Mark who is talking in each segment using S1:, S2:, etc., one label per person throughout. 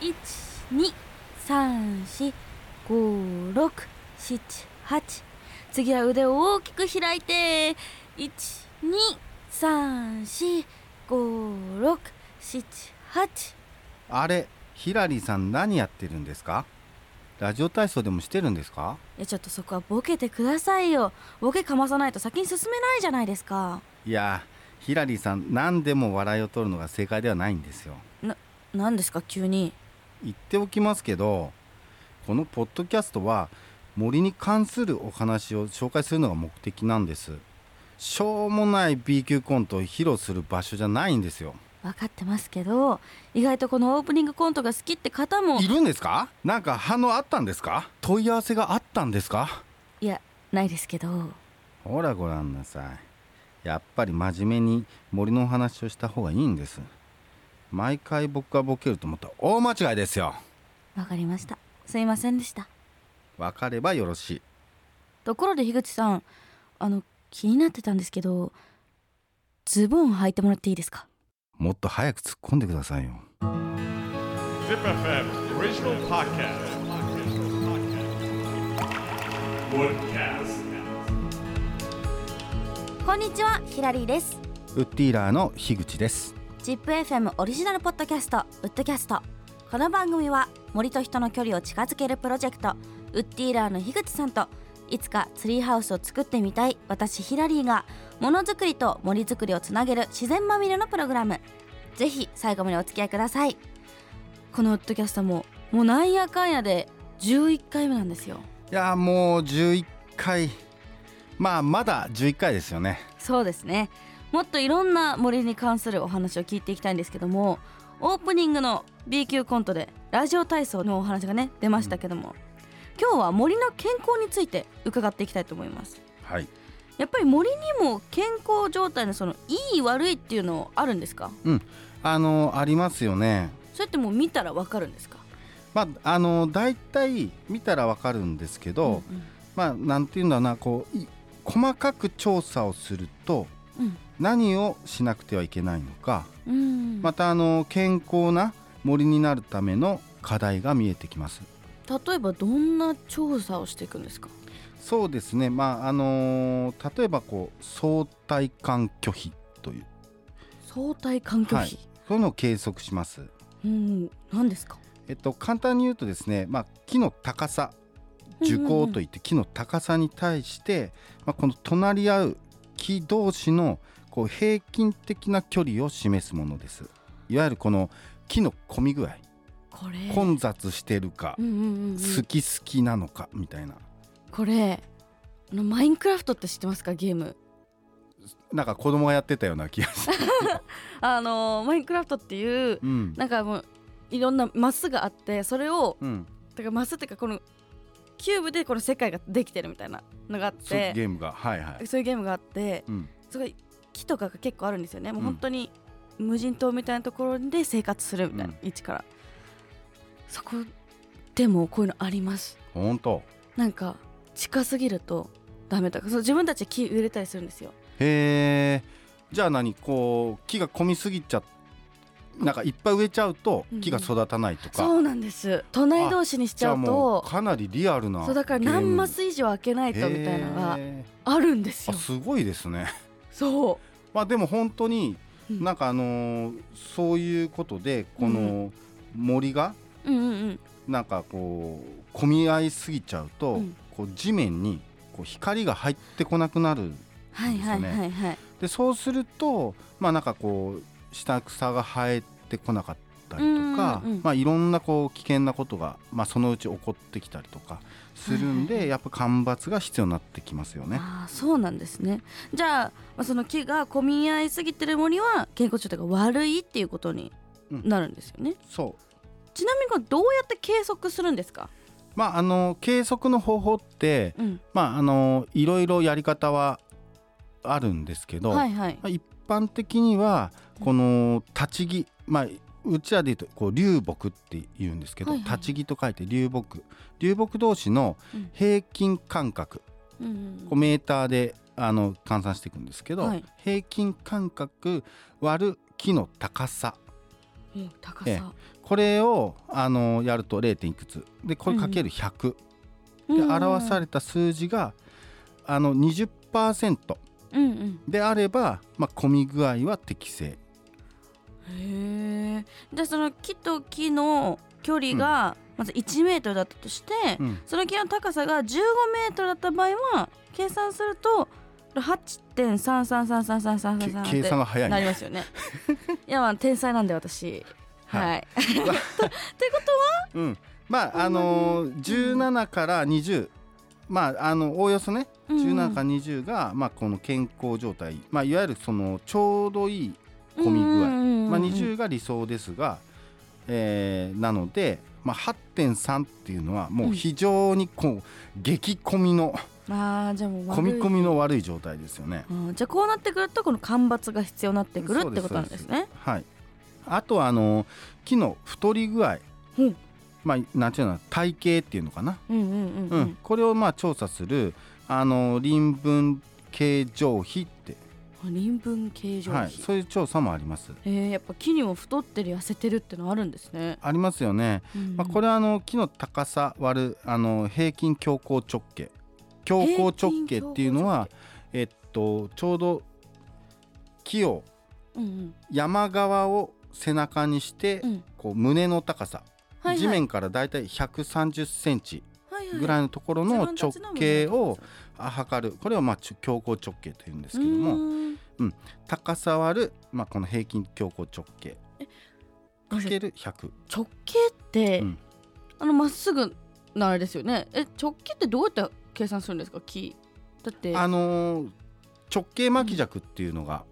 S1: 一二三四五六七八次は腕を大きく開いて一二三四五六七八
S2: あれヒラリーさん何やってるんですかラジオ体操でもしてるんですか
S1: えちょっとそこはボケてくださいよボケかまさないと先に進めないじゃないですか
S2: いやーヒラリーさん何でも笑いを取るのが正解ではないんですよ
S1: 何ですか急に
S2: 言っておきますけどこのポッドキャストは森に関するお話を紹介するのが目的なんですしょうもない B 級コントを披露する場所じゃないんですよ
S1: 分かってますけど意外とこのオープニングコントが好きって方も
S2: いるんですかなんか反応あったんですか問い合わせがあったんですか
S1: いやないですけど
S2: ほらごらんなさいやっぱり真面目に森のお話をした方がいいんです毎回僕がボケると思ったら大間違いですよ
S1: わかりましたすいませんでした
S2: わかればよろしい
S1: ところで樋口さんあの気になってたんですけどズボン履いてもらっていいですか
S2: もっと早く突っ込んでくださいよ
S3: Zip FM original podcast. Woodcast.
S1: こんにちはヒラリーです
S2: ウッディーラーの樋口です
S1: ジップ f m オリジナルポッドキャストウッドキャストこの番組は森と人の距離を近づけるプロジェクトウッディーラーの樋口さんといつかツリーハウスを作ってみたい私ヒラリーがものづくりと森づくりをつなげる自然まみれのプログラムぜひ最後までお付き合いくださいこのウッドキャストももうなんやかんやで11回目なんですよ
S2: いやーもう11回まあまだ11回ですよね
S1: そうですねもっといろんな森に関するお話を聞いていきたいんですけどもオープニングの B 級コントでラジオ体操のお話がね出ましたけども、今日は森の健康について伺っていきたいと思います
S2: はい
S1: やっぱり森にも健康状態のそのいい悪いっていうのあるんですか
S2: あのありますよね
S1: それってもう見たらわかるんですか
S2: まああの大体見たらわかるんですけど、
S1: うん
S2: まあなんていうんだろうなこうい細かく調査をすると
S1: うん
S2: 何をしなくてはいけないのか
S1: うん
S2: またあの健康な森になるための課題が見えてきます
S1: 例えばどんな調査をしていくんですか
S2: そうですねまああのー例えばこう相対感拒否という
S1: 相対環境費、
S2: そういうのを計測します
S1: うん何ですか
S2: えっと簡単に言うとですねまあ木の高さ樹
S1: うんうんう
S2: 高
S1: ん
S2: といって木の高さに対して、まあ、この隣り合う木同士のこう平均的な距離を示すものですいわゆるこの木の混み具合
S1: これ
S2: 混雑してるか
S1: うんうんうんうん
S2: 好き好きなのかみたいな
S1: これあのマインクラフトって知ってますかゲーム
S2: なんか子供がやってたような気がして、
S1: あのーマインクラフトっていう
S2: うん
S1: なんかもういろんなマスがあってそれを
S2: うん、
S1: だからマスっていうかこのキューブでこの世界ができてるみたいなのがあっ
S2: そうゲ
S1: て
S2: ームがはいはい、
S1: そういうゲームがあって
S2: うん、
S1: すごい木とかが結構あるんですよねもう
S2: うん
S1: 本当に無人島みたいなところで生活するみたいな
S2: う
S1: 位置から、そこでもこういうのあります
S2: 本当
S1: なんか近すぎるとダメとかそう自分たちで木植えれたりするんですよ
S2: へえじゃあ何こう木が混みすぎちゃなんかいっぱい植えちゃうと
S1: うん
S2: 木が育たないとか、
S1: そうなんです隣同士にしち
S2: じゃ
S1: ゃ
S2: あ
S1: う
S2: も
S1: と
S2: うかなりリアルな
S1: そうだから何マス以上開けない
S2: ゲ
S1: と
S2: ーム
S1: みたいなのが
S2: へ
S1: あるんです
S2: ーあ
S1: よ
S2: すごいですね
S1: そ
S2: まあでも本当に
S1: うん
S2: なんかあのーそういうことでこの森が
S1: ううんうん
S2: なんかこう混み合いすぎちゃうと、
S1: うん
S2: こう地面にこう光が入ってこなくなる
S1: はいはい
S2: ですよね
S1: はいはい
S2: でそうするとまあなんかこう下草が生えてこなかったりとか、
S1: うんうんうん
S2: まあ、いろんなこう危険なことが、まあ、そのうち起こってきたりとかするん
S1: はいは
S2: で、
S1: いはい
S2: やっぱ干ばつが必要になってきますよね。
S1: ああそうなんですねじゃあまあその木が混み合いすぎてる森は健康状態が悪いっていうことになるんですよね
S2: そう
S1: ちなみにこれどうやって計測するんですか
S2: まあ、あの計測の方法って、
S1: うん
S2: まあ、あのいろいろやり方はあるんですけど、
S1: はいはい
S2: まあ一般的にはこの立ち木、まあ、うちらで言うとこう流木って言うんですけど、
S1: はいはい
S2: 立ち木と書いて流木流木同士の
S1: うん
S2: 平均間隔、
S1: うんうん
S2: こうメーターであの換算していくんですけど、
S1: はい
S2: 平均間隔割る木の高さ
S1: うん高
S2: ええ
S1: さ
S2: これをあのやると 0. いくつでこれかける100、
S1: うん
S2: で表された数字があの20%
S1: うんうん
S2: であれば、まあ、混み具合は適正
S1: へえじゃあその木と木の距離がまず1メートルだったとして、
S2: うん
S1: その木の高さが15メートルだった場合は計算すると
S2: け
S1: 8.333333
S2: 計算
S1: が
S2: が早い
S1: なり
S2: ね
S1: ますよね。いやまあ天才なんで私。
S2: は
S1: はい。ってことは
S2: うん、まああのー17から20まああのおおよそね
S1: うんうん
S2: 17から20が、まあ、この健康状態、まあ、いわゆるそのちょうどいい混み具
S1: うんう
S2: 合
S1: んうんうん
S2: まあ、20が理想ですが、えーなので、まあ、8.3っていうのはもう非常にこう、激混みの
S1: あーじゃあもう悪い
S2: 混み込みの悪い状態ですよね。
S1: うんじゃあこうなってくるとこの間伐が必要になってくるってことなんです
S2: そう
S1: ね。
S2: はい、あとはあの木の太り具合、
S1: うん
S2: まあ、なんていうの体型っていうのかな、
S1: うんうんう
S2: うん
S1: うんん。
S2: これをまあ調査するあの臨分形状比って、
S1: 臨分形状比。
S2: はい、そういう調査もあります。
S1: えー、やっぱ木にも太ってる痩せてるってのあるんですね。
S2: ありますよね。まあ、こ
S1: れ
S2: れはあの木の高さ割るあの平均強行直径強行直径っていうのはえっとちょうど木を
S1: うんうん
S2: 山側を背中にして、
S1: うん
S2: こう胸の高さ、
S1: はいはい
S2: 地面からだいたい130センチ
S1: はいはい
S2: ぐらいのところの直径をあ測るこれをまあちょ強行直径というんですけども
S1: も
S2: 高さ割る、まあ、この平均強行直径かける100
S1: 直径って、
S2: うん
S1: あのまっすぐなあれですよねえ直径ってどうやって計算するんですか木だって
S2: あ
S1: あ
S2: のー直径巻き尺っていうのが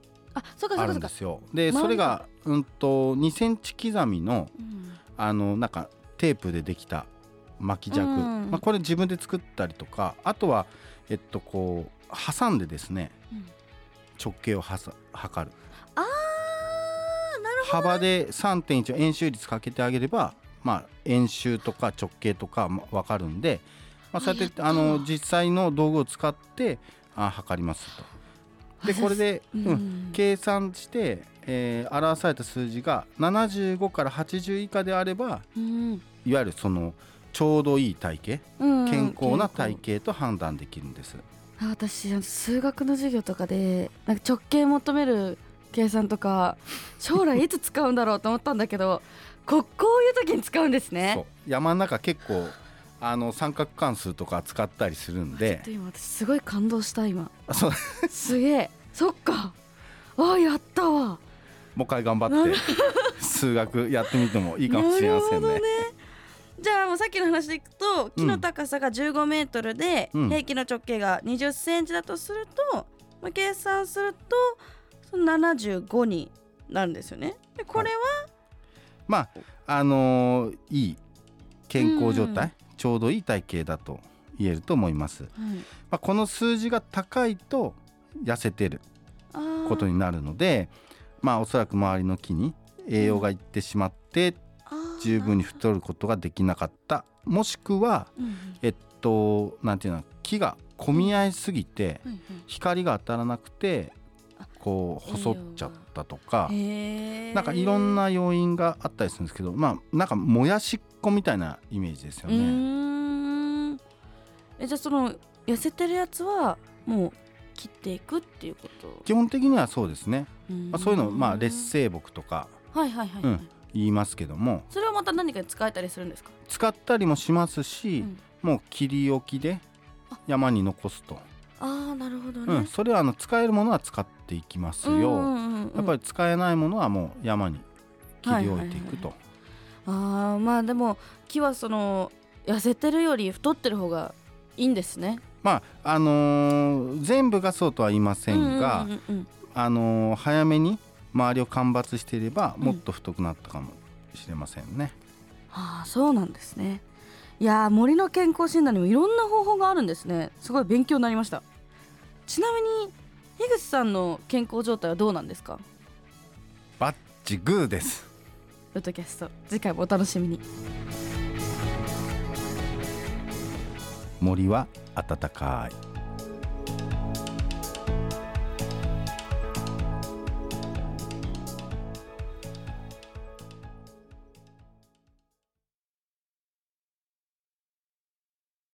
S1: そうかそ
S2: あ
S1: うか
S2: る
S1: そ
S2: ん
S1: う
S2: で
S1: か、
S2: すよ。で
S1: 周
S2: そ
S1: り
S2: れ
S1: が
S2: が、うん、と2センチ刻みの
S1: うん
S2: あのなんかテープでできた巻き尺、
S1: うん
S2: まあ、これ自分で作ったりとかあとは、えっと、こう挟んでですね
S1: うん
S2: 直径をはさ測る
S1: あーなる
S2: 幅で3.1を円周率かけてあげれば、まあ、円周とか直径とかまあ分かるんで、まあ、そうやってあの実際の道具を使ってあ測りますと。でこれで、
S1: ほど、
S2: う
S1: うんん
S2: 計算して、えー表された数字が75から80以下であれば
S1: うん
S2: いわゆるそのちょうどいい体型
S1: うん
S2: 健康な体型と判断できるんです、
S1: あ私あの数学の授業とかでなんか直径求める計算とか将来いつ使うんだろうと思ったんだけど ここういう時に使うんですね
S2: そう山の中結構あの三角関数とか使ったりするんで
S1: ちょっと今私すごい感動した今
S2: そう
S1: すげえ そっかあやったわ
S2: もう一回頑張って数学やってみてもいいかもしれません
S1: なるほど
S2: ね
S1: ね。じゃあもうさっきの話でいくと木の高さが15メートルで、
S2: うん
S1: 平均の直径が20センチだとすると、まあ、計算するとその75になるんですよね。でこれは、
S2: まああのーいい健康状態、ちょうどいい体型だと言えると思います。まあ、この数字が高いと痩せてる
S1: あー
S2: ことになるのでまあおそらく周りの木に栄養がいってしまって
S1: あー
S2: 十分に太ることができなかったもしくは
S1: うんうん
S2: えっとなんていうの木が混み合いすぎて
S1: うん
S2: 光が当たらなくてこう
S1: 栄養
S2: 細っ
S1: が
S2: ちゃったとか
S1: うんへー
S2: なんかいろんな要因があったりするんですけどまあなんかもやしっこみたいなイメージですよ
S1: う
S2: ね。
S1: ーんえじゃあその痩せてるやつはもう切っていくっていうこと
S2: 基本的にはそうですね、まあ、そういうのをまあ劣
S1: 劣
S2: 勢木とか
S1: はいはいはい、
S2: う
S1: はい
S2: ん言いますけども
S1: それをまた何かに使えたりするんですか、
S2: 使ったりもしますし、
S1: うん
S2: もう切り置きで山に残すと、
S1: ああなるほどね、
S2: うん、それはあの使えるものは使っていきますよ、
S1: うんうんうんうん
S2: やっぱり使えないものはもう山に切り置いていくと、
S1: ああまあでも木はその痩せてるより太ってる方がいいんですね
S2: まああのー全部がそうとは言いませんが、
S1: うんうんうんうん
S2: あのー早めに周りを間伐していれば
S1: うん
S2: もっと太くなったかもしれませんね、
S1: ああそうなんですねいやー森の健康診断にもいろんな方法があるんですねすごい勉強になりましたちなみに樋口さんの健康状態はどうなんですか
S2: バッチグーです
S1: ウッドキャスト次回もお楽しみに
S2: 森は暖かい